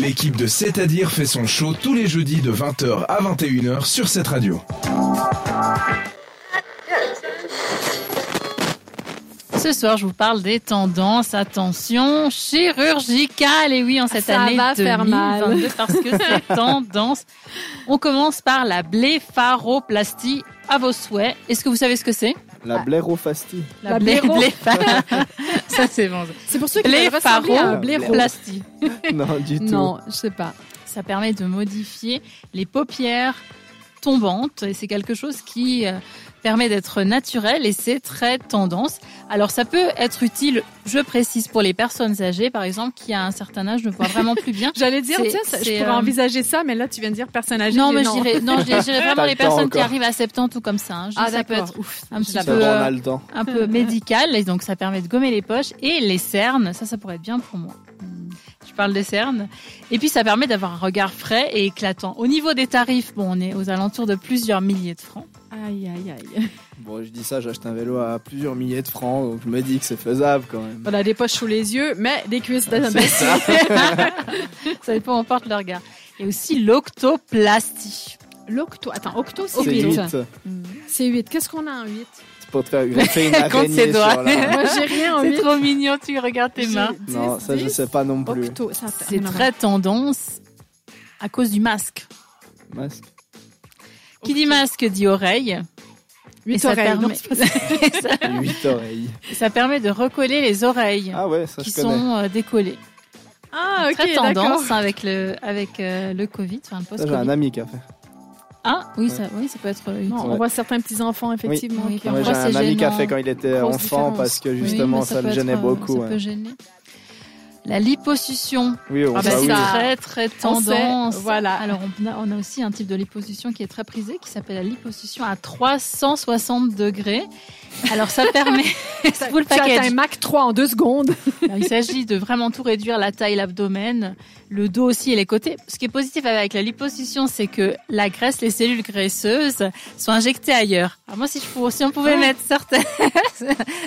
L'équipe de C'est-à-dire fait son show tous les jeudis de 20h à 21h sur cette radio. Ce soir, je vous parle des tendances, attention, chirurgicales. Et oui, en cette Ça année va faire 2022, mal. parce que c'est tendance. On commence par la blépharoplastie à vos souhaits. Est-ce que vous savez ce que c'est La blairoplastie. La blé- blaireau. blépha- Ça, c'est bon. C'est pour ceux qui veulent ressembler à un blaireau. Blépharoplastie. Non, du tout. Non, je sais pas. Ça permet de modifier les paupières tombantes et c'est quelque chose qui euh, permet d'être naturel et c'est très tendance. Alors ça peut être utile, je précise, pour les personnes âgées par exemple qui à un certain âge ne voient vraiment plus bien. J'allais dire, C'est- tiens, ça- je c'est, pourrais euh, envisager ça, mais là, tu viens de dire personne âgée. Non, j'ai mais dit je dirais non, je dirais- je dirais vraiment le les temps personnes qui encore. arrivent à 70 ou comme ça. hein. Je Ah, dis, ça peut d'accord. être Ouf. un petit Ça peu, va, on euh, a le temps. un peu médical et donc ça permet de gommer les poches et les cernes. Ça, ça pourrait être bien pour moi. Je parle des cernes. Et puis, ça permet d'avoir un regard frais et éclatant. Au niveau des tarifs, bon, on est aux alentours de plusieurs milliers de francs. Aïe, aïe, aïe. Bon, je dis ça, j'achète un vélo à plusieurs milliers de francs, donc je me dis que c'est faisable quand même. On a des poches sous les yeux, mais des cuisses C'est ça. Ça dépend où on porte le regard. Et aussi l'octoplastie. L'octo. Attends, octo, c'est C'est 8. 8. C'est 8. Qu'est-ce qu'on a en 8 C'est pour te faire greffer une Elle compte araignée ses doigts. sur la- Moi, j'ai rien en C'est 8. trop mignon, tu regardes tes J'ai mains. 10, Non, ça je 10, sais pas non plus. Octo, ça fait C'est rien à très tendance à cause du masque. Masque. Qui dit masque dit oreille. Et 8 ça oreilles. non, permet- c'est pas ça. Et 8 oreilles. Ça permet de recoller les oreilles Ah ouais, ça qui je connais. sont euh, décollées. Ah, ok, très d'accord. tendance hein. avec le avec euh, le Covid, enfin le Ça j'ai un post-Covid. ami qui a fait. Ah oui, ça, oui, ça peut être. euh, utile. Non, on Ouais. voit certains petits-enfants, effectivement. Oui, qui- parfois, Moi j'ai un c'est ami qui a gênant. fait quand il était Grosse enfant différence. parce que Oui, justement mais ça, peut le être, gênait euh, beaucoup. Ça ouais. peut gêner. La liposuction, Oui, on Ah bah, bah, c'est oui. ça. très très On sait, tendance. voilà. Alors on a, on a aussi un type de liposuction qui est très prisé, qui s'appelle la liposuction à 360 degrés. Alors ça permet Ça- full tu atteins un package. Mac 3 en 2 secondes. Alors, il s'agit de vraiment tout réduire, la taille, l'abdomen, le dos aussi et les côtés. Ce qui est positif avec la liposuction, c'est que la graisse, les cellules graisseuses sont injectées ailleurs. Alors moi, si, je pour- si on pouvait Ouais. mettre certaines,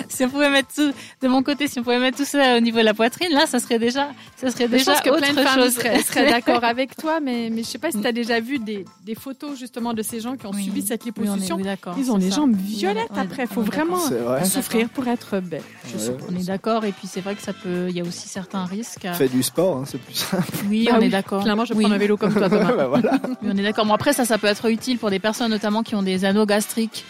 si on pouvait mettre tout de mon côté, si on pouvait mettre tout ça au niveau de la poitrine, là, ça serait déjà, ça serait Je déjà pense que autre plein de femmes chose. seraient, seraient d'accord avec toi, mais, mais je sais pas si tu as déjà vu des, des photos justement de ces gens qui ont Oui. subi cette Oui, on est- liposuction. oui, d'accord, Ils ont c'est les ça. jambes on est- violettes on est- après. Il on faut est d'accord. vraiment C'est vrai. souffrir pour être belle. Ouais. On est d'accord. Et puis c'est vrai que ça peut, il y a aussi certains risques. Fais du sport, hein, c'est plus simple. Oui, Bah on oui, est d'accord. Clairement, je vais Oui. prendre un vélo comme toi demain. Bah, voilà. Oui, on est d'accord. Bon, après, ça, ça peut être utile pour des personnes notamment qui ont des anneaux gastriques,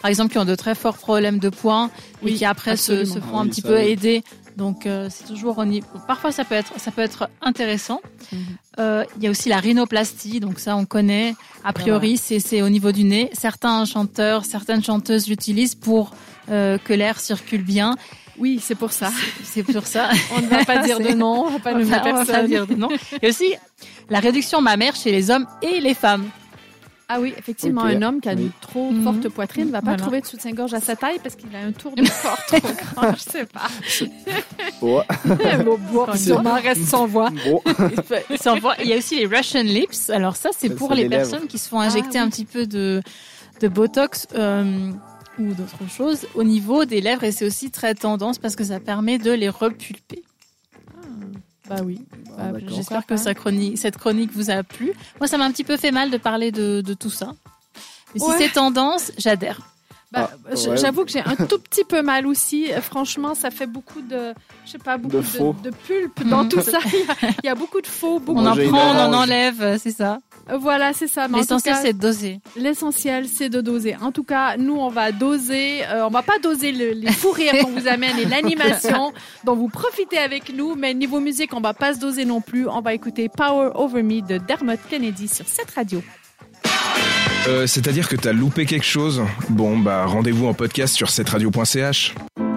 par exemple, qui ont de très forts problèmes de poids Oui, et qui après se, absolument. se font Ah un oui, petit ça, peu oui. aider. Donc, euh, c'est toujours au niveau. Parfois, ça peut être, ça peut être intéressant. Mhm. Euh, Il y a aussi la rhinoplastie, donc ça, on connaît. Ah A priori, c'est c'est au niveau du nez. Certains chanteurs, certaines chanteuses l'utilisent pour euh, que l'air circule bien. Oui, c'est pour ça. C'est pour ça. On ne va pas dire de non, on ne va Ah. On pas nommer va- on va personne. dire non. Et aussi la réduction mammaire chez les hommes et les femmes. Ah oui, effectivement, Ok. un homme qui a une Oui. trop Mhm. forte poitrine ne va pas Voilà. trouver de soutien-gorge à sa taille parce qu'il a un tour de corps trop grand, je sais pas. Bon, Bon, bon, sûrement, reste sans voix. bon. Sans voix. Il y a aussi les Russian Lips. Alors ça, c'est Ça, pour c'est les les lèvres. personnes qui se font injecter Ah, un oui. petit peu de, de Botox euh, ou d'autres choses au niveau des lèvres. Et c'est aussi très tendance parce que ça permet de les repulper. Bah oui. Ah, Bah, d'accord. J'espère que sa chronique, cette chronique vous a plu. Moi, ça m'a un petit peu fait mal de parler de, de tout ça. Mais Ouais. si c'est tendance, j'adhère. Bah, Ah, j- ouais. J'avoue que j'ai un tout petit peu mal aussi. Euh, Franchement, ça fait beaucoup de, je sais pas, beaucoup De de, faux. de, pulpe dans Mhm. tout ça. Il y a- il y, a beaucoup de faux, beaucoup. On en Manger une prend, on en orange. enlève, euh, c'est ça. Euh, Voilà, c'est ça. Mais en tout L'essentiel, cas, c'est de doser. l'essentiel, c'est de doser. En tout cas, nous, on va doser. euh, on va pas doser le- les fous rires qu'on vous amène et l'animation dont vous profitez avec nous. Mais niveau musique, on va pas se doser non plus. On va écouter Power Over Me de Dermot Kennedy sur cette radio. Euh, C'est-à-dire que t'as loupé quelque chose Bon, bah rendez-vous en podcast sur cette radio.ch.